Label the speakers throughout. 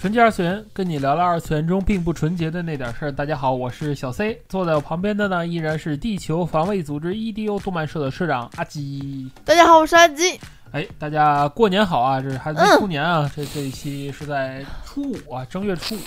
Speaker 1: 纯洁二次元，跟你聊聊二次元中并不纯洁的那点事儿。大家好，我是小 C，坐在我旁边的呢依然是地球防卫组织 EDO 动漫社的社长阿吉。
Speaker 2: 大家好，我是阿吉。
Speaker 1: 哎，大家过年好啊！这是还没
Speaker 2: 嗯
Speaker 1: 兔年啊，这这一期是在初五啊，正月初五。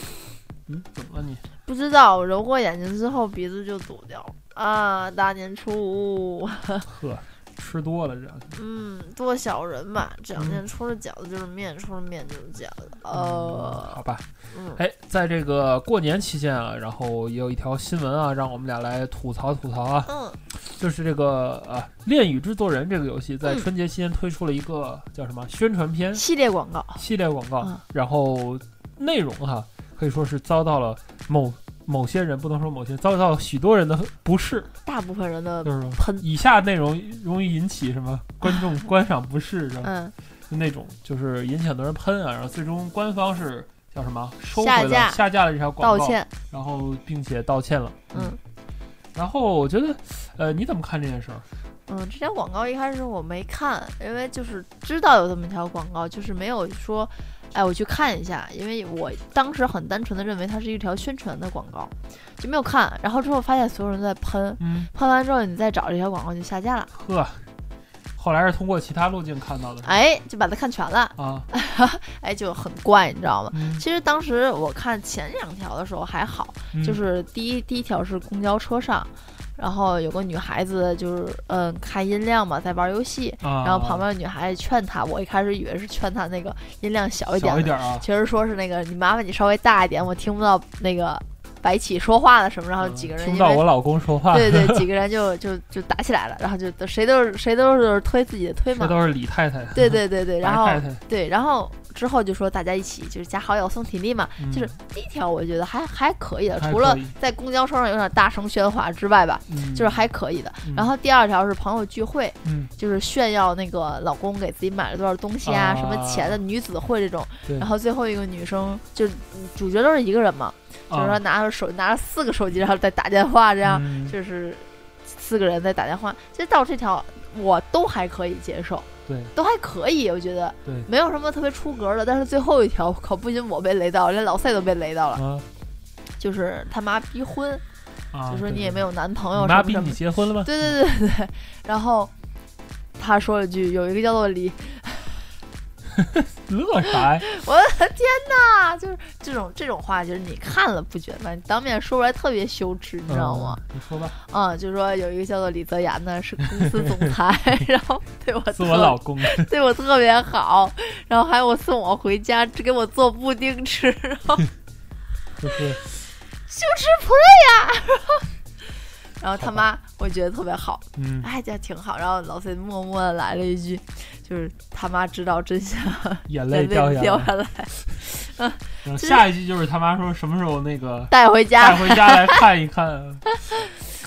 Speaker 1: 嗯，怎么了你？
Speaker 2: 不知道，我揉过眼睛之后鼻子就堵掉了啊！大年初五，
Speaker 1: 呵，吃多了这。
Speaker 2: 嗯，做小人吧。这两天除了饺子就是面，除了面就是饺子。
Speaker 1: 嗯
Speaker 2: 呃，
Speaker 1: 好吧。
Speaker 2: 嗯，
Speaker 1: 哎，在这个过年期间啊，然后也有一条新闻啊，让我们俩来吐槽吐槽啊。
Speaker 2: 嗯，
Speaker 1: 就是这个呃，《恋与制作人》这个游戏在
Speaker 2: 嗯啊
Speaker 1: 春节期间推出了一个叫什么宣传片
Speaker 2: 系列广告，
Speaker 1: 系列广告
Speaker 2: 嗯，
Speaker 1: 然后内容哈可以说是遭到了某某些人不能说某些遭到许多人的不适，
Speaker 2: 大部分人的
Speaker 1: 就是说
Speaker 2: 喷，
Speaker 1: 以下内容容易引起什么观 众观赏不适，是吧？
Speaker 2: 嗯，
Speaker 1: 就那种就是引起很多人喷啊，然后最终官方是叫什么收回
Speaker 2: 下
Speaker 1: 了
Speaker 2: 架
Speaker 1: 下架了这条
Speaker 2: 道
Speaker 1: 广告，
Speaker 2: 歉。
Speaker 1: 然后并且道歉了，
Speaker 2: 嗯。
Speaker 1: 然后我觉得，呃，你怎么看这件事儿？
Speaker 2: 嗯，这条广告一开始我没看，因为就是知道有这么一条广告，就是没有说，哎，我去看一下，因为我当时很单纯的认为它是一条宣传的广告，就没有看。然后之后发现所有人都在喷，
Speaker 1: 嗯，
Speaker 2: 喷完之后你再找这条广告就下架了，
Speaker 1: 呵，后来是通过其他路径看到的。是吧
Speaker 2: 哎，就把它看全了，
Speaker 1: 啊，
Speaker 2: 哎，就很怪，你知道吗？
Speaker 1: 嗯
Speaker 2: 其实当时我看前两条的时候还好，
Speaker 1: 嗯
Speaker 2: 就是第一第一条是公交车上，然后有个女孩子就是嗯开音量嘛，在玩游戏，
Speaker 1: 啊，
Speaker 2: 然后旁边的女孩劝他，我一开始以为是劝他那个音量小一点
Speaker 1: 小
Speaker 2: 的，
Speaker 1: 一点啊，
Speaker 2: 其实说是那个你麻烦你稍微大一点，我听不到那个白起说话了什么，然后
Speaker 1: 嗯
Speaker 2: 几个人
Speaker 1: 听
Speaker 2: 因
Speaker 1: 到
Speaker 2: 为、
Speaker 1: 我老公说话，
Speaker 2: 对对几个人就就就打起来了，然后就谁都是谁都是推自己的推
Speaker 1: 这
Speaker 2: 嘛，
Speaker 1: 都是李太太，
Speaker 2: 对对 对对，
Speaker 1: 白
Speaker 2: 然后
Speaker 1: 太太，
Speaker 2: 对然后之后就说大家一起就是加好友送体力嘛，
Speaker 1: 嗯
Speaker 2: 就是第一条我觉得还还可以的，
Speaker 1: 还
Speaker 2: 除了
Speaker 1: 可以
Speaker 2: 在公交车上有点大声喧哗之外吧，
Speaker 1: 嗯
Speaker 2: 就是还可以的。
Speaker 1: 嗯
Speaker 2: 然后第二条是朋友聚会，
Speaker 1: 嗯，
Speaker 2: 就是炫耀那个老公给自己买了多少东西
Speaker 1: 啊
Speaker 2: 啊，什么钱的女子会这种。
Speaker 1: 对
Speaker 2: 然后最后一个女生就是主角都是一个人嘛，就是说
Speaker 1: 啊
Speaker 2: 拿着手拿着四个手机，然后再打电话，这样、
Speaker 1: 嗯
Speaker 2: 就是四个人在打电话。其实到这条我都还可以接受，
Speaker 1: 对，
Speaker 2: 都还可以，我觉得
Speaker 1: 对
Speaker 2: 没有什么特别出格的。但是最后一条可不仅我被雷到，连老赛都被雷到了，
Speaker 1: 啊
Speaker 2: 就是他妈逼婚，
Speaker 1: 啊，
Speaker 2: 就说你也没
Speaker 1: 有
Speaker 2: 有男朋友
Speaker 1: 你
Speaker 2: 什
Speaker 1: 妈
Speaker 2: 么
Speaker 1: 逼
Speaker 2: 什么
Speaker 1: 你。结婚了吗？
Speaker 2: 对对对对对，然后他说了一句，有一个叫做李，
Speaker 1: 对，乐啥呀？
Speaker 2: 我的天哪，就是这种这种话，就是你看了不觉得吗？你当面说出来特别羞耻， 你知道吗？
Speaker 1: 嗯？你说 吧，
Speaker 2: 啊、就说有一个叫做李泽言的是公司总裁， 然后对我
Speaker 1: 是
Speaker 2: 特
Speaker 1: 我老公，
Speaker 2: 对我特别好，然后还有我送我回家，只给我做布丁吃， 然后
Speaker 1: 就是
Speaker 2: 羞耻 play 呀、啊 然后然后他
Speaker 1: 好吧
Speaker 2: 妈我觉得特别好，
Speaker 1: 嗯，
Speaker 2: 哎，这挺好。然后老崔默默的来了一句，就是他妈知道真相，
Speaker 1: 眼
Speaker 2: 泪
Speaker 1: 泪掉下
Speaker 2: 掉
Speaker 1: 来。
Speaker 2: 下来，
Speaker 1: 然后
Speaker 2: 就是
Speaker 1: 下一句就是他妈说什么时候那个
Speaker 2: 带回家
Speaker 1: 带。回家来看一 看，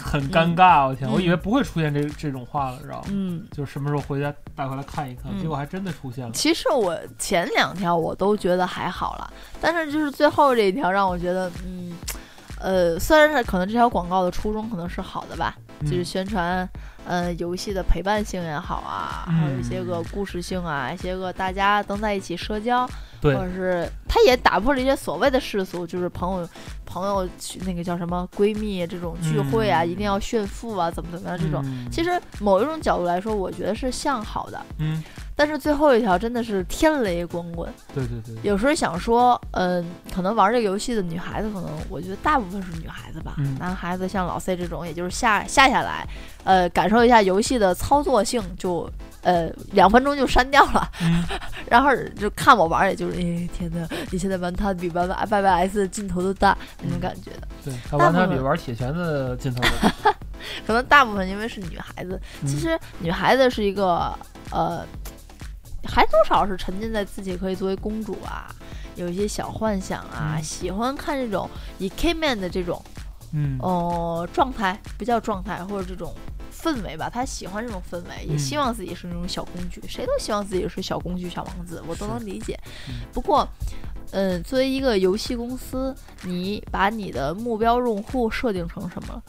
Speaker 1: 很尴尬。啊我天，我以为不会出现这这种话了，知道吗？
Speaker 2: 嗯，
Speaker 1: 就是什么时候回家带回来看一看，
Speaker 2: 嗯
Speaker 1: 结果还真的出现了。
Speaker 2: 其实我前两条我都觉得还好了，但是就是最后这一条让我觉得，嗯，呃，虽然是可能这条广告的初衷可能是好的吧，
Speaker 1: 嗯
Speaker 2: 就是宣传，呃，游戏的陪伴性也好啊，还有一些
Speaker 1: 嗯
Speaker 2: 个故事性啊，一些个大家能在一起社交，或
Speaker 1: 对
Speaker 2: 者是它也打破了一些所谓的世俗，就是朋友朋友去那个叫什么闺蜜这种聚会啊，
Speaker 1: 嗯
Speaker 2: 一定要炫富啊，怎么怎么样这种。
Speaker 1: 嗯
Speaker 2: 其实某一种角度来说，我觉得是向好的，
Speaker 1: 嗯，
Speaker 2: 但是最后一条真的是天雷滚滚。
Speaker 1: 对对对，
Speaker 2: 有时候想说，嗯，可能玩这个游戏的女孩子，可能我觉得大部分是女孩子吧，
Speaker 1: 嗯
Speaker 2: 男孩子像老 C 这种，也就是下下下来，呃，感受一下游戏的操作性就。呃，两分钟就删掉了，
Speaker 1: 嗯
Speaker 2: 然后就看我玩，也就是，哎，天呐，你现在玩它比玩 iPadOS 的镜头都大那种
Speaker 1: 嗯
Speaker 2: 感觉的。
Speaker 1: 对，他
Speaker 2: 大
Speaker 1: 玩
Speaker 2: 部
Speaker 1: 他
Speaker 2: 分
Speaker 1: 比玩铁拳的镜头 多。
Speaker 2: 可能大部分因为是女孩子，其
Speaker 1: 嗯
Speaker 2: 实女孩子是一个呃，还多少是沉浸在自己可以作为公主啊，有一些小幻想啊，
Speaker 1: 嗯
Speaker 2: 喜欢看这种以 K man 的这种
Speaker 1: 嗯
Speaker 2: 呃状态，不叫状态或者这种氛围吧，他喜欢这种氛围，也
Speaker 1: 嗯
Speaker 2: 希望自己是那种小公举，谁都希望自己是小公举、小王子，我都
Speaker 1: 是
Speaker 2: 能理解。
Speaker 1: 嗯
Speaker 2: 不过，嗯，作为一个游戏公司，你把你的目标用户设定成什么？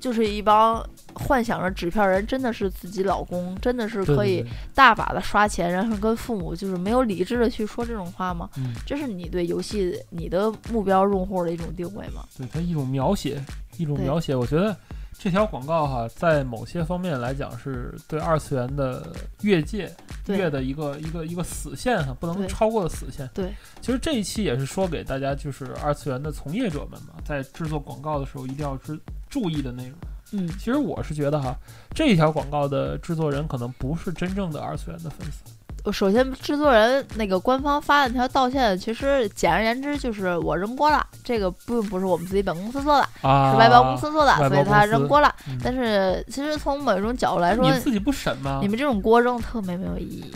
Speaker 2: 就是一帮幻想着纸片人，真的是自己老公，真的是
Speaker 1: 对
Speaker 2: 可
Speaker 1: 对
Speaker 2: 以
Speaker 1: 对
Speaker 2: 大把的刷钱，然后跟父母就是没有理智的去说这种话吗？
Speaker 1: 嗯，
Speaker 2: 这是你对游戏你的目标用户的一种定位吗？
Speaker 1: 对它一种描写，一种
Speaker 2: 对
Speaker 1: 描写。我觉得这条广告哈，在某些方面来讲是对二次元的越界
Speaker 2: 对
Speaker 1: 越的一个一个一个死线哈，不能
Speaker 2: 对
Speaker 1: 超过的死线。
Speaker 2: 对，
Speaker 1: 其实这一期也是说给大家，就是二次元的从业者们嘛，在制作广告的时候一定要知注意的内容。
Speaker 2: 嗯，
Speaker 1: 其实我是觉得哈，这一条广告的制作人可能不是真正的二次元的粉丝。
Speaker 2: 我首先制作人那个官方发的那条道歉，其实简而言之就是我扔锅了，这个并不是我们自己本公司做的，
Speaker 1: 啊，
Speaker 2: 是外包公司做的，
Speaker 1: 外包
Speaker 2: 所以他扔锅了。
Speaker 1: 嗯
Speaker 2: 但是其实从某一种角度来说，
Speaker 1: 你自己不审吗？
Speaker 2: 你们这种锅扔特别没有意义。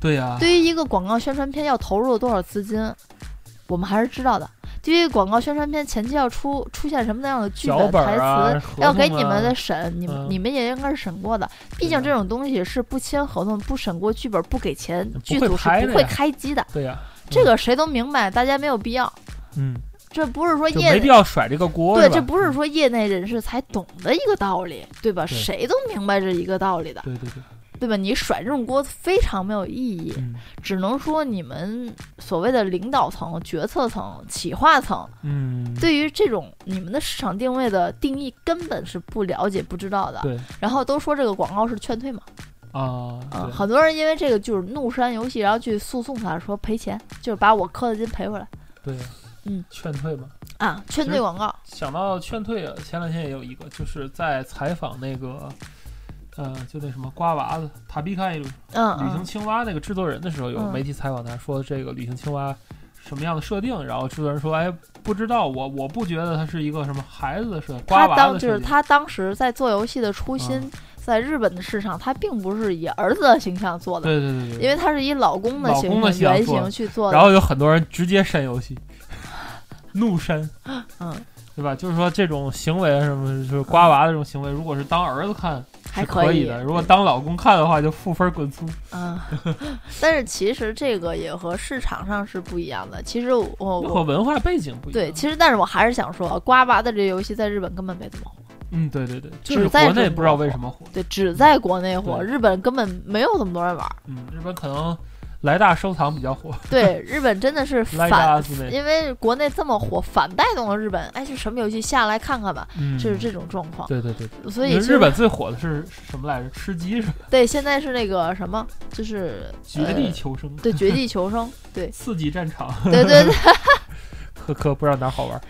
Speaker 1: 对呀、
Speaker 2: 对于一个广告宣传片要投入多少资金，我们还是知道的。对于广告宣传片前期要出出现什么样的剧
Speaker 1: 脚本
Speaker 2: 台词，
Speaker 1: 啊，合同
Speaker 2: 要给你们
Speaker 1: 啊
Speaker 2: 的审，你们、
Speaker 1: 嗯啊
Speaker 2: 你们也应该是审过的。毕竟这种东西是不签合同、不审过剧本、不给钱
Speaker 1: 不，
Speaker 2: 剧
Speaker 1: 会
Speaker 2: 组是
Speaker 1: 拍的
Speaker 2: 不会
Speaker 1: 呀嗯
Speaker 2: 开机的。
Speaker 1: 对呀、
Speaker 2: 这个谁都明白，大家没有必要。
Speaker 1: 嗯，
Speaker 2: 这不是说
Speaker 1: 就
Speaker 2: 业
Speaker 1: 没必
Speaker 2: 内
Speaker 1: 要甩这个锅，
Speaker 2: 对，
Speaker 1: 是吧
Speaker 2: 这不是说业内人士才懂的一个道理，对吧？
Speaker 1: 对
Speaker 2: 谁都明白这一个道理的，
Speaker 1: 对对对，
Speaker 2: 对吧？你甩这种锅非常没有意义，
Speaker 1: 嗯
Speaker 2: 只能说你们所谓的领导层、决策层、企划层，
Speaker 1: 嗯，
Speaker 2: 对于这种你们的市场定位的定义根本是不了解、不知道的。
Speaker 1: 对
Speaker 2: 然后都说这个广告是劝退嘛，
Speaker 1: 啊，
Speaker 2: 啊、
Speaker 1: 对
Speaker 2: 很多人因为这个就是怒删游戏，然后去诉讼他说赔钱，就是把我氪的金赔回来
Speaker 1: 对呀，
Speaker 2: 嗯，
Speaker 1: 劝退嘛。
Speaker 2: 啊，劝
Speaker 1: 其
Speaker 2: 退
Speaker 1: 实
Speaker 2: 广告，
Speaker 1: 想到劝退，啊前两天也有一个，就是在采访那个。呃，就那什么瓜娃子塔比卡伊鲁
Speaker 2: 嗯
Speaker 1: 旅行
Speaker 2: 嗯，
Speaker 1: 青蛙那个制作人的时候，有
Speaker 2: 嗯
Speaker 1: 媒体采访他说这个旅行青蛙什么样的设定，然后制作人说，哎，不知道，我我不觉得它是一个什么孩子的设定，瓜
Speaker 2: 他
Speaker 1: 娃
Speaker 2: 当
Speaker 1: 的
Speaker 2: 就
Speaker 1: 设
Speaker 2: 是
Speaker 1: 定，
Speaker 2: 他当时在做游戏的初心，
Speaker 1: 嗯
Speaker 2: 在日本的市场，他并不是以儿子的形象做的，
Speaker 1: 对对对对，
Speaker 2: 因为他是以老公的
Speaker 1: 老
Speaker 2: 形
Speaker 1: 公的
Speaker 2: 象
Speaker 1: 形象
Speaker 2: 原
Speaker 1: 做
Speaker 2: 型
Speaker 1: 的
Speaker 2: 去做
Speaker 1: 然
Speaker 2: 的，
Speaker 1: 后有很多人直接删游戏， 怒删，
Speaker 2: 嗯，
Speaker 1: 对吧？就是说这种行为什么，就是瓜娃的这种行为，如果是当儿子看
Speaker 2: 还
Speaker 1: 是可
Speaker 2: 以
Speaker 1: 的，如果当老公看的话，就负分滚粗。
Speaker 2: 嗯， 但是其实这个也和市场上是不一样的，其实我我
Speaker 1: 和文化背景不一样。
Speaker 2: 对，其实但是我还是想说，瓜娃的这游戏在日本根本没怎么火。
Speaker 1: 嗯，对对对，
Speaker 2: 只
Speaker 1: 就是
Speaker 2: 在
Speaker 1: 国内
Speaker 2: 中
Speaker 1: 不知道
Speaker 2: 国
Speaker 1: 为什么火。
Speaker 2: 对，只在国内火，
Speaker 1: 对
Speaker 2: 日本根本没有这么多人玩儿。
Speaker 1: 嗯，日本可能来大收藏比较火，
Speaker 2: 对，日本真的是
Speaker 1: 来大
Speaker 2: 反，
Speaker 1: 之类。
Speaker 2: 因为国内这么火，反带动了日本。哎，这什么游戏下来看看吧，
Speaker 1: 嗯，
Speaker 2: 就是这种状况。
Speaker 1: 对对对。
Speaker 2: 所以
Speaker 1: 因为
Speaker 2: 其实呃
Speaker 1: 日本最火的是是什么来着？吃鸡是吧？
Speaker 2: 对现在是那个什么，就是呃
Speaker 1: 绝地求生，
Speaker 2: 对绝地求 生，对
Speaker 1: 刺激战场，
Speaker 2: 对对对，
Speaker 1: 可可不知道哪儿好玩。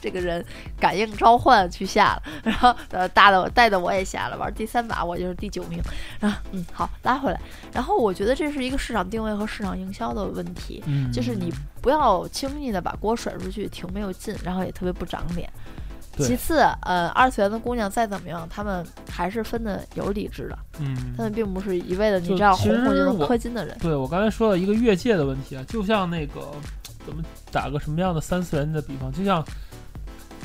Speaker 2: 这个人感应召唤去下了，然后呃搭的带的我也下了，玩第三把我就是第九名，然后嗯好拉回来，然后我觉得这是一个市场定位和市场营销的问题，
Speaker 1: 嗯，
Speaker 2: 就是你不要轻易的把锅甩出去，挺没有劲，然后也特别不长脸。
Speaker 1: 对
Speaker 2: 其次，呃，二次元的姑娘再怎么样，她们还是分的有理智的，
Speaker 1: 嗯，
Speaker 2: 她们并不是一味的你
Speaker 1: 就
Speaker 2: 这样
Speaker 1: 其
Speaker 2: 哄哄
Speaker 1: 实
Speaker 2: 就能
Speaker 1: 我
Speaker 2: 氪金的人。
Speaker 1: 对我刚才说了一个越界的问题啊，就像那个怎么打个什么样的三次元的比方，就像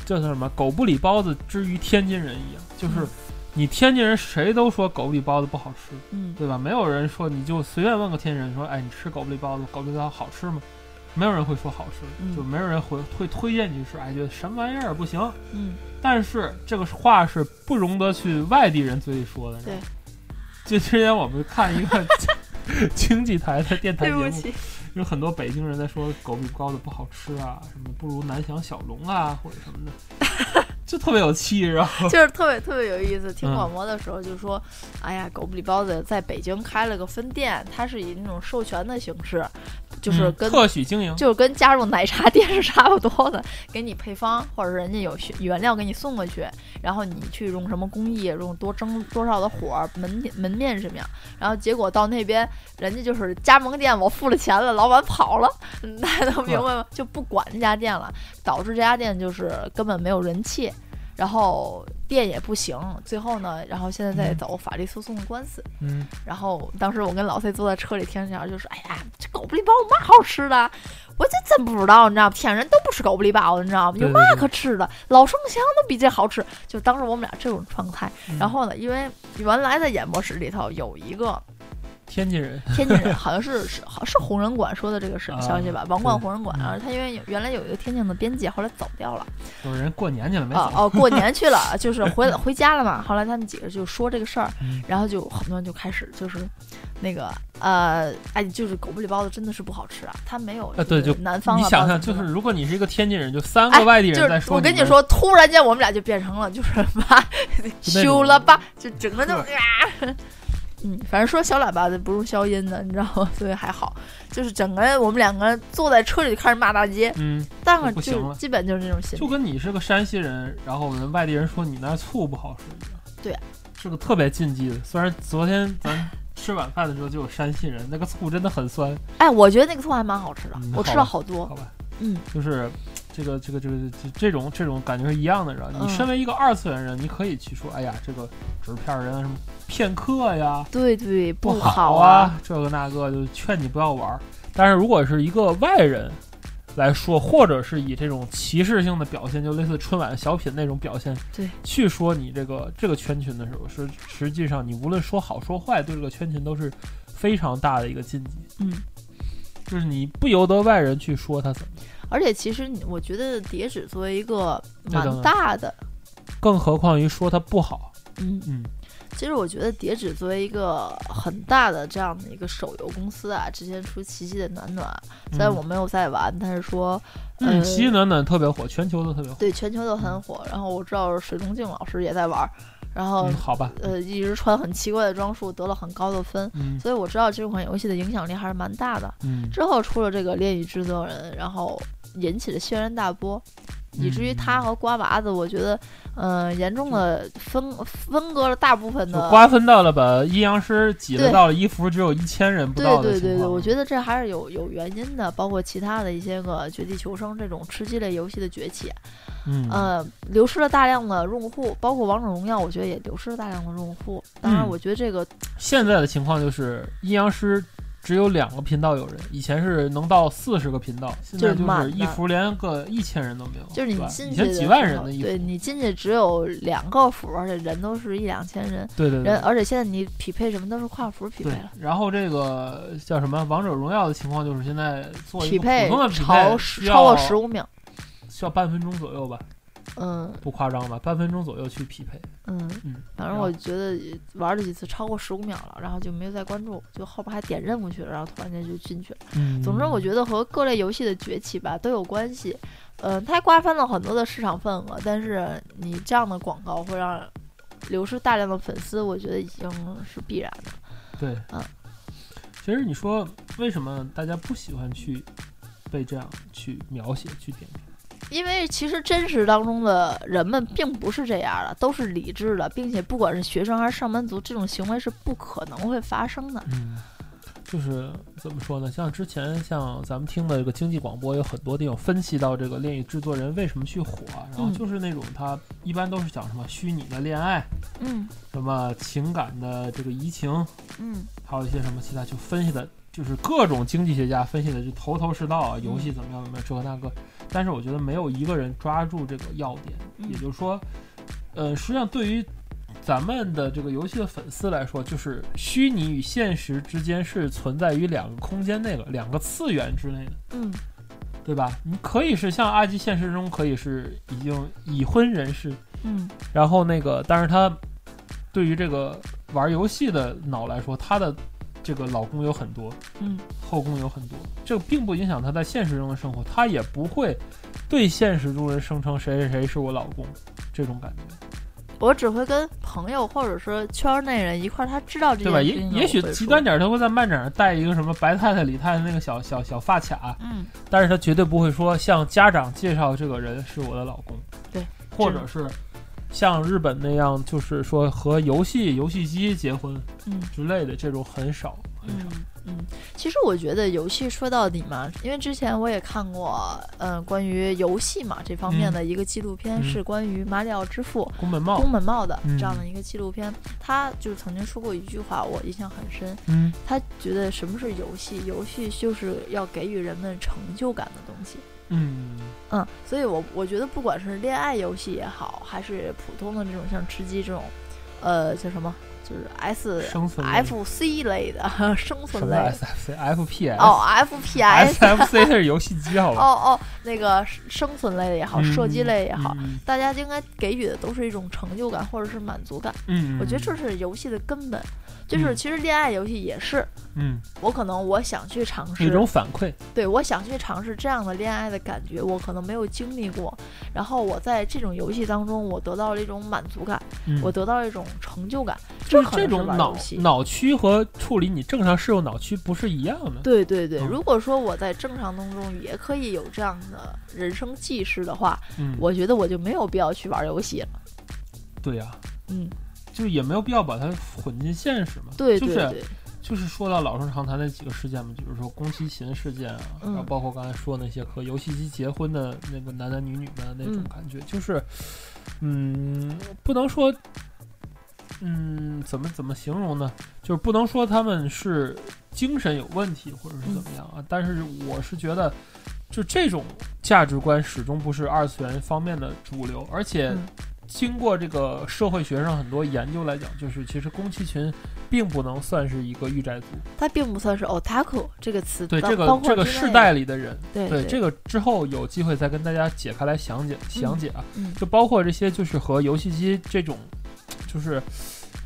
Speaker 1: 叫做什么“狗不理包子之于天津人”一样，就是
Speaker 2: 嗯
Speaker 1: 你天津人谁都说狗不理包子不好吃，
Speaker 2: 嗯，
Speaker 1: 对吧？没有人说你就随便问个天津人说：“哎，你吃狗不理包子，狗不理包子好吃吗？”没有人会说好吃，
Speaker 2: 嗯
Speaker 1: 就没有人会会推荐你去吃，哎，觉得什么玩意儿不行。
Speaker 2: 嗯，
Speaker 1: 但是这个话是不容得去外地人嘴里说的。你知道吗，就之前我们看一 个经济台的电台
Speaker 2: 对
Speaker 1: 节
Speaker 2: 不
Speaker 1: 目，
Speaker 2: 起，
Speaker 1: 有很多北京人在说狗比包子不好吃啊，什么不如南翔小笼啊，或者什么的， 就特别有气，啊然后
Speaker 2: 就是特别特别有意思。听
Speaker 1: 嗯
Speaker 2: 广播的时候就说，哎呀，狗不理包子在北京开了个分店，它是以那种授权的形式，就是
Speaker 1: 嗯
Speaker 2: 跟
Speaker 1: 特许经营，
Speaker 2: 就是跟加入奶茶店是差不多的， 给你配方或者是人家有原料给你送过去，然后你去用什么工艺，用多蒸多少的火，门门面什么样，然后结果到那边人家就是加盟店，我付了钱了，老板跑了， 嗯大家都明白吗？就不管这家店了，导致这家店就是根本没有人气。然后店也不行，最后呢，然后现在在走法律诉讼的官司。
Speaker 1: 嗯
Speaker 2: 然后当时我跟老 C 坐在车里听着，就说：“哎呀，这狗不理包有嘛好吃的？我这真不知道，你知道吗？天然都不吃狗不理包，你知道吗？有
Speaker 1: 对
Speaker 2: 嘛
Speaker 1: 对对
Speaker 2: 可吃的？老生香都比这好吃。”就当时我们俩这种状态。
Speaker 1: 嗯
Speaker 2: 然后呢，因为原来在演播室里头有一个
Speaker 1: 天津人，
Speaker 2: 天津人，好像是是好是红人馆说的这个是
Speaker 1: 啊
Speaker 2: 消息吧？王冠
Speaker 1: 对
Speaker 2: 红人馆，
Speaker 1: 嗯
Speaker 2: 啊，他因为有原来有一个天津的编辑，后来走掉了。
Speaker 1: 有人过年去了没
Speaker 2: 啊
Speaker 1: 走？
Speaker 2: 哦，过年去了，就是回回家了嘛。后来他们几个就说这个事儿
Speaker 1: 嗯，
Speaker 2: 然后就很多人就开始就是那个呃，哎，就是狗不理包子真的是不好吃啊，它没有
Speaker 1: 啊对就
Speaker 2: 南方啊
Speaker 1: 你想
Speaker 2: 包
Speaker 1: 想，
Speaker 2: 子
Speaker 1: 就
Speaker 2: 什
Speaker 1: 是
Speaker 2: 么的
Speaker 1: 如果你是一个天津人，就三个外地
Speaker 2: 哎就
Speaker 1: 人在
Speaker 2: 是
Speaker 1: 说
Speaker 2: 我
Speaker 1: 你们，
Speaker 2: 跟你说，突然间我们俩就变成了就是 吧，
Speaker 1: 那种
Speaker 2: 修了吧，就整个就啊，嗯，反正说小喇叭的不用消音的，你知道吗？ 所以还好，就是整个我们两个坐在车里就开始骂大街，
Speaker 1: 嗯，
Speaker 2: 但是
Speaker 1: 不行
Speaker 2: 就
Speaker 1: 了
Speaker 2: 是基本就是这种心
Speaker 1: 就
Speaker 2: 理。
Speaker 1: 跟你是个山西人，然后我们外地人说你那儿醋不好吃一样。
Speaker 2: 对啊
Speaker 1: 是个特别禁忌的。虽然昨天咱吃晚饭的时候就有山西人，那个醋真的很酸，
Speaker 2: 哎，我觉得那个醋还蛮好吃的
Speaker 1: 嗯，
Speaker 2: 我吃
Speaker 1: 好吧
Speaker 2: 了好多
Speaker 1: 好。吧？
Speaker 2: 嗯，
Speaker 1: 就是这个这个这个这这种这种感觉是一样的，知道吗？你
Speaker 2: 嗯
Speaker 1: 身为一个二次元人，你可以去说，哎呀，这个纸片人啊什么骗客呀，
Speaker 2: 对对，不
Speaker 1: 好
Speaker 2: 啊。，
Speaker 1: 这个那个，就劝你不要玩儿。但是如果是一个外人来说，或者是以这种歧视性的表现，就类似春晚小品那种表现，
Speaker 2: 对，
Speaker 1: 去说你这个这个圈群的时候，是实际上你无论说好说坏，对这个圈群都是非常大的一个禁忌。
Speaker 2: 嗯，
Speaker 1: 就是你不由得外人去说他怎么样，
Speaker 2: 而且其实你，我觉得叠纸作为一个
Speaker 1: 那当
Speaker 2: 蛮
Speaker 1: 然
Speaker 2: 大的，
Speaker 1: 更何况于说他不好。
Speaker 2: 嗯，
Speaker 1: 嗯，
Speaker 2: 其实我觉得叠纸作为一个很大的这样的一个手游公司啊，之前出《奇迹的暖暖》，虽然我没有在玩，但是说，
Speaker 1: 嗯，
Speaker 2: 呃，
Speaker 1: 西西暖暖特别火，全球都特别火。
Speaker 2: 对全球都很火。然后我知道水中镜老师也在玩，然后
Speaker 1: 嗯，、好吧，
Speaker 2: 呃一直穿很奇怪的装束，得了很高的分，
Speaker 1: 嗯
Speaker 2: 所以我知道这款游戏的影响力还是蛮大的。
Speaker 1: 嗯，
Speaker 2: 之后出了这个《恋与制作人》，然后引起了轩然大波，以至于他
Speaker 1: 嗯
Speaker 2: 和瓜娃子，我觉得，嗯、严重的分分割了大部分
Speaker 1: 就
Speaker 2: 的。
Speaker 1: 瓜分到了把阴阳师挤了
Speaker 2: 对
Speaker 1: 到了一服只有一千人不
Speaker 2: 对
Speaker 1: 到的
Speaker 2: 对
Speaker 1: 情
Speaker 2: 对对，
Speaker 1: 况啊
Speaker 2: 我觉得这还是有有原因的，包括其他的一些个《绝地求生》这种吃鸡类游戏的崛起，
Speaker 1: 嗯
Speaker 2: 呃，流失了大量的用户，包括《王者荣耀》，我觉得也流失了大量的用户。当然，
Speaker 1: 嗯
Speaker 2: 我觉得这个
Speaker 1: 现在的情况就是阴阳师只有两个频道有人，以前是能到四十个频道，现在
Speaker 2: 就是
Speaker 1: 就是
Speaker 2: 满
Speaker 1: 一服连个一千人都没有，
Speaker 2: 就是你
Speaker 1: 吧
Speaker 2: 进
Speaker 1: 以
Speaker 2: 去
Speaker 1: 前
Speaker 2: 的
Speaker 1: 几万
Speaker 2: 时
Speaker 1: 人
Speaker 2: 候
Speaker 1: 的一服，
Speaker 2: 对你进去只有两个服，而且人都是一两千人，
Speaker 1: 对对
Speaker 2: 人
Speaker 1: 对。
Speaker 2: 而且现在你匹配什么都是跨服匹
Speaker 1: 嗯
Speaker 2: 配
Speaker 1: 对
Speaker 2: 了。，
Speaker 1: 然后这个叫什么《王者荣耀》的情况就是现在做一
Speaker 2: 匹
Speaker 1: 个普
Speaker 2: 配
Speaker 1: 通的匹
Speaker 2: 超
Speaker 1: 配
Speaker 2: 十
Speaker 1: 需
Speaker 2: 超过
Speaker 1: 要
Speaker 2: 十五秒，
Speaker 1: 需要半分钟左右吧，
Speaker 2: 嗯
Speaker 1: 不夸张吧，半分钟左右去匹配。
Speaker 2: 嗯，
Speaker 1: 嗯，
Speaker 2: 反
Speaker 1: 然
Speaker 2: 正
Speaker 1: 后
Speaker 2: 我觉得玩了几次超过十五秒了，然后就没有再关注，就后边还点任务去了，然后突然间就进去了。
Speaker 1: 嗯
Speaker 2: 总之，我觉得和各类游戏的崛起吧都有关系。嗯、它瓜分了很多的市场份额，但是你这样的广告会让流失大量的粉丝，我觉得已经是必然的。
Speaker 1: 对，
Speaker 2: 嗯
Speaker 1: 其实你说为什么大家不喜欢去被这样去描写、去点评？
Speaker 2: 因为其实真实当中的人们并不是这样的，都是理智的，并且不管是学生还是上班族，这种行为是不可能会发生的。
Speaker 1: 嗯，就是怎么说呢？像之前像咱们听的这个经济广播，有很多地方分析到这个恋与制作人为什么去火，然后
Speaker 2: 嗯
Speaker 1: 就是那种他一般都是讲什么虚拟的恋爱，
Speaker 2: 嗯
Speaker 1: 什么情感的这个移情，
Speaker 2: 嗯，
Speaker 1: 还有一些什么其他，就分析的，就是各种经济学家分析的就头头是道啊，游戏怎么样怎么样，这个那个。但是我觉得没有一个人抓住这个要点，
Speaker 2: 嗯
Speaker 1: 也就是说，呃，实际上对于咱们的这个游戏的粉丝来说，就是虚拟与现实之间是存在于两个空间内的，两个次元之内的。
Speaker 2: 嗯，
Speaker 1: 对吧？你可以是像阿基现实中可以是已经已婚人士，
Speaker 2: 嗯，
Speaker 1: 然后那个，但是她对于这个玩游戏的脑来说，她的这个老公有很多，
Speaker 2: 嗯，
Speaker 1: 后宫有很多，这个并不影响她在现实中的生活，她也不会对现实中人声称谁谁谁是我老公这种感觉，
Speaker 2: 我只会跟朋友或者说圈儿内人一块儿，他知道这
Speaker 1: 对吧？
Speaker 2: 件事
Speaker 1: 也
Speaker 2: 情的
Speaker 1: 也许
Speaker 2: 我会
Speaker 1: 极
Speaker 2: 说
Speaker 1: 端，点儿，她会在漫展上带一个什么白太太、李太太那个小小小发卡，
Speaker 2: 嗯，
Speaker 1: 但是她绝对不会说向家长介绍这个人是我的老公，
Speaker 2: 对，
Speaker 1: 或者是。像日本那样，就是说和游戏、游戏机结婚，
Speaker 2: 嗯
Speaker 1: 之类的这种很少很少。
Speaker 2: 嗯嗯，其实我觉得游戏说到底嘛，因为之前我也看过，嗯、关于游戏嘛这方面
Speaker 1: 嗯
Speaker 2: 的一个纪录片，
Speaker 1: 嗯
Speaker 2: 是关于马里奥之父
Speaker 1: 宫本茂
Speaker 2: 宫，本茂的
Speaker 1: 嗯
Speaker 2: 这样的一个纪录片。他就是曾经说过一句话，我印象很深。
Speaker 1: 嗯
Speaker 2: 他觉得什么是游戏？游戏就是要给予人们成就感的东西。
Speaker 1: 嗯
Speaker 2: 嗯，所以我我觉得不管是恋爱游戏也好，还是普通的这种像吃鸡这种，呃，叫什么，就是 S
Speaker 1: 生存类
Speaker 2: F C 类的
Speaker 1: 什
Speaker 2: 生存
Speaker 1: 么
Speaker 2: 类的
Speaker 1: SFC、FPS、
Speaker 2: 哦，F P S
Speaker 1: SFC 是游戏机，好
Speaker 2: 哦
Speaker 1: 吧？
Speaker 2: 哦，那个生存类的也好，
Speaker 1: 嗯
Speaker 2: 射击类也好，
Speaker 1: 嗯
Speaker 2: 大家应该给予的都是一种成就感或者是满足感。
Speaker 1: 嗯，
Speaker 2: 我觉得这是游戏的根本，就是
Speaker 1: 嗯
Speaker 2: 其实恋爱游戏也是，
Speaker 1: 嗯
Speaker 2: 我可能我想去尝
Speaker 1: 有一
Speaker 2: 试，
Speaker 1: 种反馈，
Speaker 2: 对我想去尝试这样的恋爱的感觉，我可能没有经历过，然后我在这种游戏当中，我得到了一种满足感，
Speaker 1: 嗯
Speaker 2: 我得到了一种成就感，
Speaker 1: 就
Speaker 2: 可
Speaker 1: 这
Speaker 2: 能是
Speaker 1: 种
Speaker 2: 玩
Speaker 1: 脑
Speaker 2: 游戏。
Speaker 1: 脑区和处理你正常使用脑区不是一样的。
Speaker 2: 对对对，
Speaker 1: 嗯
Speaker 2: 如果说我在正常当中也可以有这样的人生记事的话，
Speaker 1: 嗯，
Speaker 2: 我觉得我就没有必要去玩游戏了。
Speaker 1: 对呀、
Speaker 2: 嗯，
Speaker 1: 就也没有必要把它混进现实嘛。
Speaker 2: 对
Speaker 1: 就
Speaker 2: 对
Speaker 1: 是
Speaker 2: 对，
Speaker 1: 就是说到老生常谈的几个事件嘛，比如说宫崎勤事件啊，
Speaker 2: 嗯
Speaker 1: 然后包括刚才说那些和游戏机结婚的那个男男女女们那种
Speaker 2: 嗯
Speaker 1: 感觉，就是，嗯，不能说，嗯，怎么怎么形容呢？就是不能说他们是精神有问题或者是怎么样啊，
Speaker 2: 嗯
Speaker 1: 但是我是觉得，就这种价值观始终不是二次元方面的主流，而且。
Speaker 2: 嗯
Speaker 1: 经过这个社会学上很多研究来讲，就是其实宫崎勤并不能算是一个御宅族，
Speaker 2: 它并不算是 otaku 这个词，
Speaker 1: 对
Speaker 2: 包
Speaker 1: 这
Speaker 2: 包
Speaker 1: 个
Speaker 2: 括
Speaker 1: 这个
Speaker 2: 之
Speaker 1: 世
Speaker 2: 内
Speaker 1: 代，里的人，
Speaker 2: 对
Speaker 1: 对这个之后有机会再跟大家解开来详解详解啊，
Speaker 2: 嗯
Speaker 1: 就包括这些就是和游戏机这种，就是。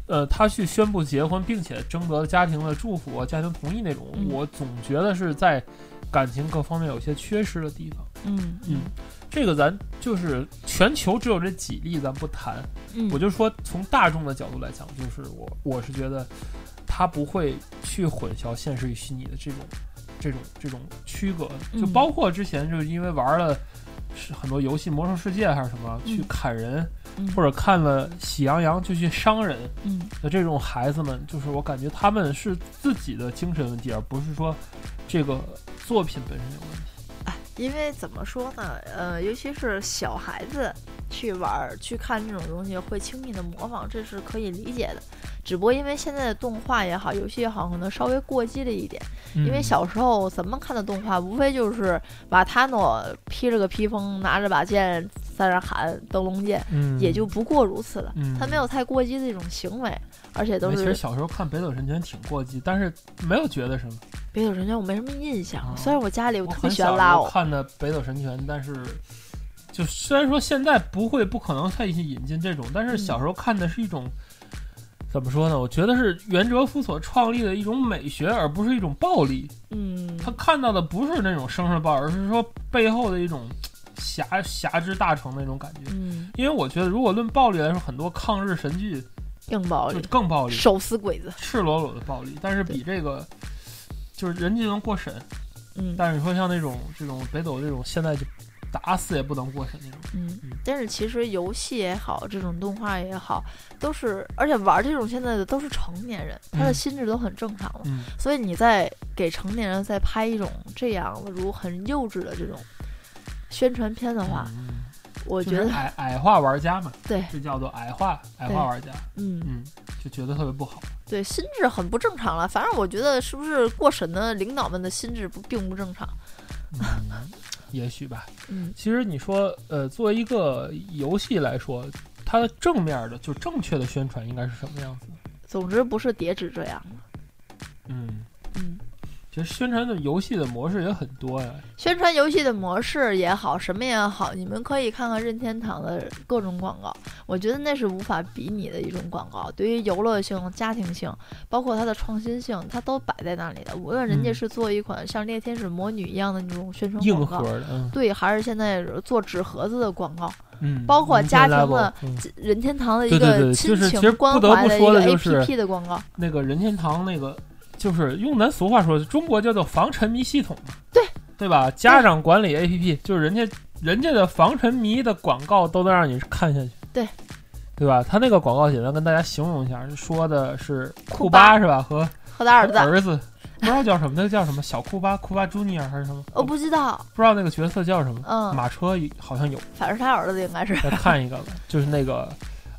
Speaker 1: 呃，他去宣布结婚，并且征得家庭的祝福、家庭同意那种，
Speaker 2: 嗯
Speaker 1: 我总觉得是在感情各方面有些缺失的地方。
Speaker 2: 嗯嗯
Speaker 1: 这个咱就是全球只有这几例，咱不谈。
Speaker 2: 嗯，
Speaker 1: 我就说从大众的角度来讲，就是我我是觉得他不会去混淆现实与虚拟的这种这种这种区隔，
Speaker 2: 嗯
Speaker 1: 就包括之前就是因为玩了是很多游戏《魔兽世界》还是什么
Speaker 2: 嗯
Speaker 1: 去砍人，
Speaker 2: 嗯
Speaker 1: 或者看了《喜羊羊》就去伤人
Speaker 2: 嗯
Speaker 1: 的这种孩子们，就是我感觉他们是自己的精神问题，而不是说这个作品本身有问题。
Speaker 2: 哎，因为怎么说呢，呃，尤其是小孩子去玩儿去看这种东西，会轻易的模仿，这是可以理解的。只不过因为现在的动画也好，游戏也好，可能稍微过激了一点。因为
Speaker 1: 嗯
Speaker 2: 小时候咱们看的动画，无非就是瓦塔诺披着个披风，拿着把剑在那儿喊“灯笼剑”，
Speaker 1: 嗯
Speaker 2: 也就不过如此了。
Speaker 1: 嗯
Speaker 2: 他没有太过激的一种行为，而且都
Speaker 1: 其实
Speaker 2: 是《
Speaker 1: 小时候看《北斗神拳》挺过激，但是没有觉得什么。
Speaker 2: 北斗神拳》，我没什么印象。
Speaker 1: 哦
Speaker 2: 虽然我家里有
Speaker 1: 我
Speaker 2: 特
Speaker 1: 很
Speaker 2: 别喜
Speaker 1: 小
Speaker 2: 欢
Speaker 1: 时
Speaker 2: 拉
Speaker 1: 候
Speaker 2: 我，
Speaker 1: 看的《北斗神拳》，但是就虽然说现在不会不可能再去引进这种，但是
Speaker 2: 嗯
Speaker 1: 小时候看的是一种、怎么说呢？我觉得是袁哲夫所创立的一种美学，而不是一种暴力。
Speaker 2: 嗯
Speaker 1: 他看到的不是那种生生的暴，而是说背后的一种侠侠之大成那种感觉。
Speaker 2: 嗯，
Speaker 1: 因为我觉得，如果论暴力来说，很多抗日神剧
Speaker 2: 硬暴
Speaker 1: 就
Speaker 2: 力，
Speaker 1: 更暴力，
Speaker 2: 手撕鬼子，
Speaker 1: 赤裸裸的暴力，但是比这个就是人家能过审，
Speaker 2: 嗯
Speaker 1: 但是说像那种这种北斗这种，现在就打死也不能过审那种。
Speaker 2: 嗯。但是其实游戏也好，这种动画也好，都是而且玩这种现在的都是成年人，他的
Speaker 1: 嗯
Speaker 2: 心智都很正常了。
Speaker 1: 嗯，
Speaker 2: 所以你在给成年人在拍一种这样的如很幼稚的这种宣传片的话，
Speaker 1: 嗯，
Speaker 2: 我
Speaker 1: 我
Speaker 2: 觉得
Speaker 1: 矮矮化玩家嘛，
Speaker 2: 对，
Speaker 1: 这叫做矮化矮
Speaker 2: 对
Speaker 1: 化玩家，
Speaker 2: 嗯，
Speaker 1: 嗯，就觉得特别不好。
Speaker 2: 对，心智很不正常了。反正我觉得是不是过审的领导们的心智不并不正常。
Speaker 1: 嗯， 也许吧。
Speaker 2: 嗯
Speaker 1: 其实你说，呃，作为一个游戏来说，它的正面的就正确的宣传应该是什么样子？
Speaker 2: 总之不是叠纸这样的。
Speaker 1: 嗯，
Speaker 2: 嗯，
Speaker 1: 其实宣传的游戏的模式也很多呀。
Speaker 2: 宣传游戏的模式也好，什么也好，你们可以看看任天堂的各种广告，我觉得那是无法比拟的一种广告。对于游乐性、家庭性，包括它的创新性，它都摆在那里的。无论人家
Speaker 1: 嗯
Speaker 2: 是做一款像《猎天使魔女》一样的那种宣传
Speaker 1: 硬
Speaker 2: 广告
Speaker 1: 核，的，嗯
Speaker 2: 对，还是现在做纸盒子的广告，
Speaker 1: 嗯，
Speaker 2: 包括家庭的
Speaker 1: level，嗯
Speaker 2: 任天堂的一
Speaker 1: 对对
Speaker 2: 个
Speaker 1: 对
Speaker 2: 亲
Speaker 1: 就是其实
Speaker 2: 情
Speaker 1: 不
Speaker 2: 关
Speaker 1: 得
Speaker 2: 怀
Speaker 1: 不
Speaker 2: 的一
Speaker 1: 说
Speaker 2: 个
Speaker 1: 的就是
Speaker 2: APP 的广告。
Speaker 1: 那个任天堂那个，就是用咱俗话说，中国叫做防沉迷系统嘛，
Speaker 2: 对
Speaker 1: 对吧？家长管理 APP 就是人家人家的防沉迷的广告都能让你看下去，
Speaker 2: 对，
Speaker 1: 对吧？他那个广告简单跟大家形容一下，说的是库
Speaker 2: 库巴
Speaker 1: 巴是吧？和
Speaker 2: 和他儿子，
Speaker 1: 儿子不知道叫什么，那个叫什么小库巴，库巴 Junior 还是什么？
Speaker 2: 哦我不知道，
Speaker 1: 不知道那个角色叫什么。
Speaker 2: 嗯，
Speaker 1: 马车好像有，
Speaker 2: 反正他儿子应该是，
Speaker 1: 再看一个吧，就是那个。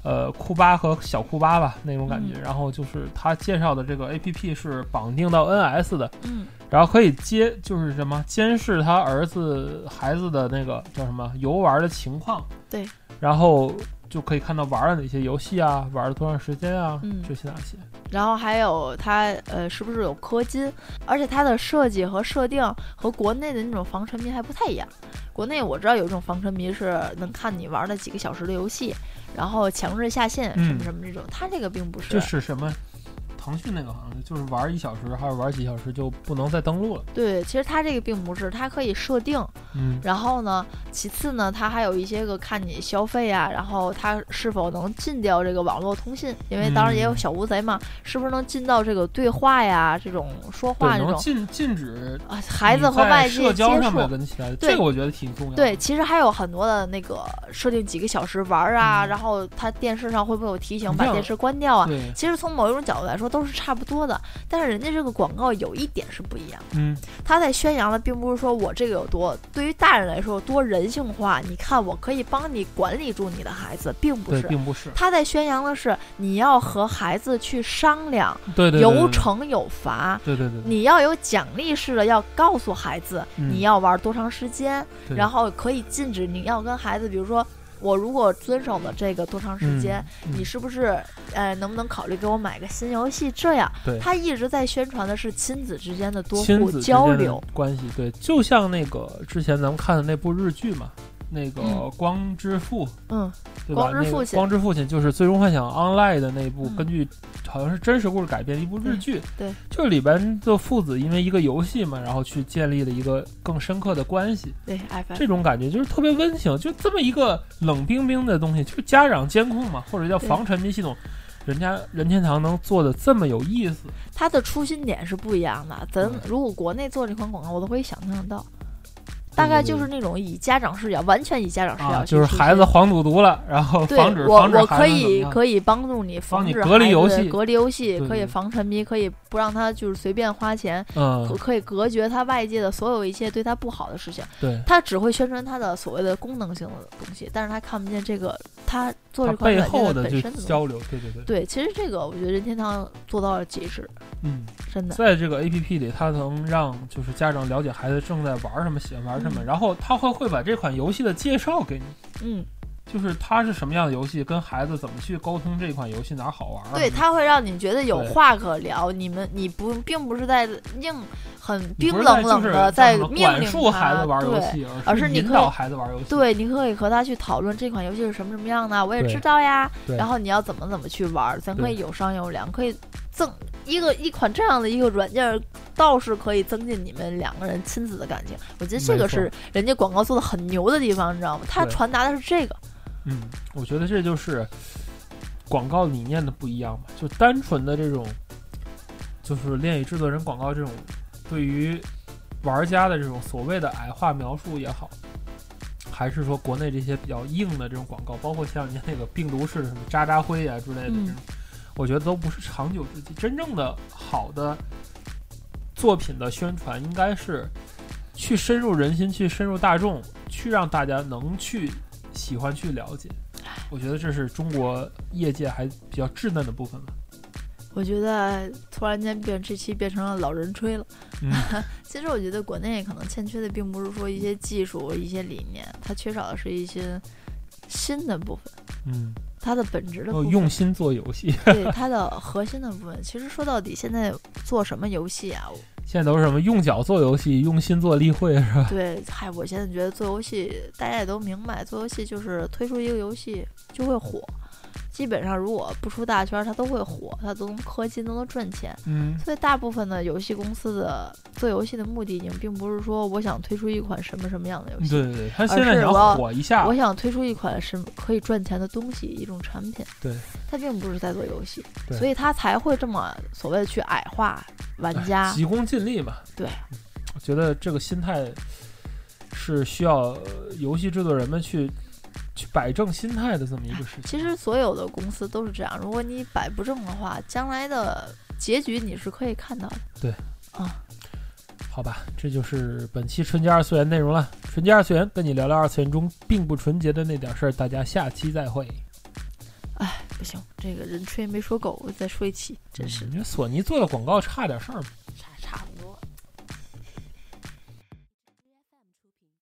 Speaker 1: 呃，库巴和小库巴吧那种感觉，
Speaker 2: 嗯
Speaker 1: 然后就是他介绍的这个 A P P 是绑定到 N S 的，
Speaker 2: 嗯
Speaker 1: 然后可以接就是什么监视他儿子孩子的那个叫什么游玩的情况，
Speaker 2: 对，
Speaker 1: 然后就可以看到玩了哪些游戏啊，玩了多长时间啊，
Speaker 2: 嗯
Speaker 1: 这些哪些，
Speaker 2: 然后还有它呃是不是有氪金，而且它的设计和设定和国内的那种防沉迷还不太一样。国内我知道有一种防沉迷是能看你玩了几个小时的游戏，然后强制下线
Speaker 1: 嗯
Speaker 2: 什么什么这种，它这个并不是，
Speaker 1: 这是什么？腾讯那个好像就是玩一小时还是玩几小时就不能再登录了，
Speaker 2: 对，其实它这个并不是，它可以设定。
Speaker 1: 嗯，
Speaker 2: 然后呢，其次呢，它还有一些个看你消费啊，然后它是否能禁掉这个网络通信，因为当然也有
Speaker 1: 嗯
Speaker 2: 小乌贼嘛，是不是能禁到这个对话呀、这种说话
Speaker 1: 对，
Speaker 2: 这
Speaker 1: 能
Speaker 2: 种
Speaker 1: 禁禁止
Speaker 2: 啊，孩
Speaker 1: 你
Speaker 2: 子和
Speaker 1: 在
Speaker 2: 外界
Speaker 1: 社
Speaker 2: 接
Speaker 1: 交上面
Speaker 2: 触。
Speaker 1: 跟起来，
Speaker 2: 对
Speaker 1: 这个我觉得挺重要的，
Speaker 2: 对，其实还有很多的那个设定几个小时玩儿啊，
Speaker 1: 嗯
Speaker 2: 然后它电视上会不会有提醒
Speaker 1: 你
Speaker 2: 把
Speaker 1: 像
Speaker 2: 电视关掉啊？
Speaker 1: 对，
Speaker 2: 其实从某一种角度来说都是差不多的，但是人家这个广告有一点是不一样。
Speaker 1: 嗯，
Speaker 2: 他在宣扬的并不是说我这个有多，对于大人来说有多人性化。你看，我可以帮你管理住你的孩子，并不
Speaker 1: 对，
Speaker 2: 是。
Speaker 1: 并不是，
Speaker 2: 他在宣扬的是你要和孩子去商量，
Speaker 1: 对对，对
Speaker 2: 有，惩有罚，
Speaker 1: 对对对对对，
Speaker 2: 你要有奖励式的，要告诉孩子
Speaker 1: 嗯
Speaker 2: 你要玩多长时间，
Speaker 1: 对
Speaker 2: 然后可以禁止你要跟孩子，比如说我如果遵守了这个多长时间，
Speaker 1: 嗯
Speaker 2: 你是不是呃能不能考虑给我买个新游戏？这样
Speaker 1: 对，
Speaker 2: 他一直在宣传的是亲子之间的多
Speaker 1: 亲
Speaker 2: 互
Speaker 1: 子之
Speaker 2: 交
Speaker 1: 间的
Speaker 2: 流。
Speaker 1: 关系，对，就像那个之前咱们看的那部日剧嘛，那个
Speaker 2: 嗯
Speaker 1: 《光之父》
Speaker 2: 嗯，
Speaker 1: 对吧？
Speaker 2: 光之父
Speaker 1: 那
Speaker 2: 亲
Speaker 1: 个光之父亲就是《最终幻想 Online》的那部，
Speaker 2: 嗯
Speaker 1: 根据好像是真实故事改编的一部日剧。
Speaker 2: 对对
Speaker 1: 就是里边的父子因为一个游戏嘛，然后去建立了一个更深刻的关系，
Speaker 2: 对，FM
Speaker 1: 这种感觉就是特别温情。就这么一个冷冰冰的东西，就是家长监控嘛，或者叫
Speaker 2: 对
Speaker 1: 防沉迷系统。人家任天堂能做的这么有意思，
Speaker 2: 它的初心点是不一样的。咱
Speaker 1: 嗯
Speaker 2: 如果国内做这款广告，我都可以想象得到。大概就是那种以家长视角，完全以家长视角
Speaker 1: 啊，
Speaker 2: 去
Speaker 1: 就
Speaker 2: 出
Speaker 1: 是
Speaker 2: 现、
Speaker 1: 孩子黄赌毒了，然后
Speaker 2: 对
Speaker 1: 防止
Speaker 2: 我
Speaker 1: 防止
Speaker 2: 我可
Speaker 1: 孩子怎么
Speaker 2: 以
Speaker 1: 样
Speaker 2: 可以帮助你防
Speaker 1: 你
Speaker 2: 止
Speaker 1: 隔离
Speaker 2: 孩
Speaker 1: 游
Speaker 2: 子
Speaker 1: 戏
Speaker 2: 隔离游戏
Speaker 1: 对
Speaker 2: 可以
Speaker 1: 对
Speaker 2: 防沉迷，可以不让他就是随便花钱，可
Speaker 1: 嗯，
Speaker 2: 可以隔绝他外界的所有一切对他不好的事情。
Speaker 1: 对，
Speaker 2: 他只会宣传他的所谓的功能性的东西，但是他看不见这个他做
Speaker 1: 它
Speaker 2: 这款
Speaker 1: 背
Speaker 2: 软件
Speaker 1: 后
Speaker 2: 的本
Speaker 1: 就
Speaker 2: 身的东西。
Speaker 1: 交流，对对对，
Speaker 2: 对，其实这个我觉得任天堂做到了极致，
Speaker 1: 嗯，
Speaker 2: 真的。
Speaker 1: 在这个 A P P 里，它能让就是家长了解孩子正在玩什么，喜欢玩什么，
Speaker 2: 嗯
Speaker 1: 然后他会会把这款游戏的介绍给你，
Speaker 2: 嗯，
Speaker 1: 就是它是什么样的游戏，跟孩子怎么去沟通这款游戏哪儿好玩儿，啊
Speaker 2: 对，它会让你觉得有
Speaker 1: 对
Speaker 2: 话可聊，你们你不并不是在硬很
Speaker 1: 你
Speaker 2: 冰
Speaker 1: 不是
Speaker 2: 冷
Speaker 1: 就
Speaker 2: 冷
Speaker 1: 是
Speaker 2: 的
Speaker 1: 叫
Speaker 2: 在
Speaker 1: 什么
Speaker 2: 命
Speaker 1: 管
Speaker 2: 令
Speaker 1: 束孩
Speaker 2: 他
Speaker 1: 子玩游
Speaker 2: 对
Speaker 1: 戏，
Speaker 2: 而是
Speaker 1: 是
Speaker 2: 你
Speaker 1: 引
Speaker 2: 可
Speaker 1: 导
Speaker 2: 以
Speaker 1: 孩子玩游戏，
Speaker 2: 对，你可以和他去讨论这款游戏是什么什么样的，我也
Speaker 1: 对
Speaker 2: 知道呀。
Speaker 1: 对
Speaker 2: 然后你要怎么怎么去玩儿，咱可
Speaker 1: 对
Speaker 2: 以有商有量，可以增一个一款这样的一个软件儿，倒是可以增进你们两个人亲子的感情。我觉得这
Speaker 1: 没
Speaker 2: 个
Speaker 1: 错
Speaker 2: 是人家广告做的很牛的地方，你知道吗？它
Speaker 1: 对
Speaker 2: 传达的是这个，
Speaker 1: 嗯，我觉得这就是广告理念的不一样吧，就单纯的这种，就是恋与制作人广告这种对于玩家的这种所谓的矮化描述也好，还是说国内这些比较硬的这种广告，包括像人家那个病毒式什么渣渣灰啊之类的这种，我觉得都不是长久之计。真正的好的作品的宣传应该是。去深入人心，去深入大众，去让大家能去喜欢去了解。我觉得这是中国业界还比较稚嫩的部分吧。
Speaker 2: 我觉得突然间变这期变成了老人吹了。
Speaker 1: 嗯
Speaker 2: 其实我觉得国内可能欠缺的并不是说一些技术、一些理念，它缺少的是一些新的部分，
Speaker 1: 嗯，
Speaker 2: 它的本质的部
Speaker 1: 要
Speaker 2: 分。
Speaker 1: 用心做游戏。
Speaker 2: 对它的核心的部分，其实说到底，现在做什么游 戏啊？我
Speaker 1: 现在都是什么用脚做游戏，用心做例会是吧？
Speaker 2: 对，嗨，我现在觉得做游戏，大家也都明白，做游戏就是推出一个游戏就会火，基本上如果不出大圈儿，它都会火，它都能氪金，都能赚钱。
Speaker 1: 嗯，
Speaker 2: 所以大部分的游戏公司的做游戏的目的，已经并不是说我想推出一款什么什么样的游
Speaker 1: 对
Speaker 2: 戏，
Speaker 1: 对对，他现在想火一下
Speaker 2: 呃我，想推出一款什么可以赚钱的东西，一种产品。
Speaker 1: 对，
Speaker 2: 它并不是在做游戏，
Speaker 1: 对
Speaker 2: 所以它才会这么所谓的去矮化玩 家。
Speaker 1: 急功近利嘛。
Speaker 2: 对
Speaker 1: 嗯，我觉得这个心态是需要呃游戏制作人们去去摆正心态的这么一个事情。
Speaker 2: 其实所有的公司都是这样，如果你摆不正的话，将来的结局你是可以看到的。
Speaker 1: 对，
Speaker 2: 啊，
Speaker 1: 好吧，这就是本期纯洁二次元内容了。纯洁二次元跟你聊聊二次元中并不纯洁的那点事儿，大家下期再会。
Speaker 2: 哎，不行，这个人吹没说狗，我再说一期，真是
Speaker 1: 嗯你说索尼做的广告差点事儿吗？
Speaker 2: 差差不多。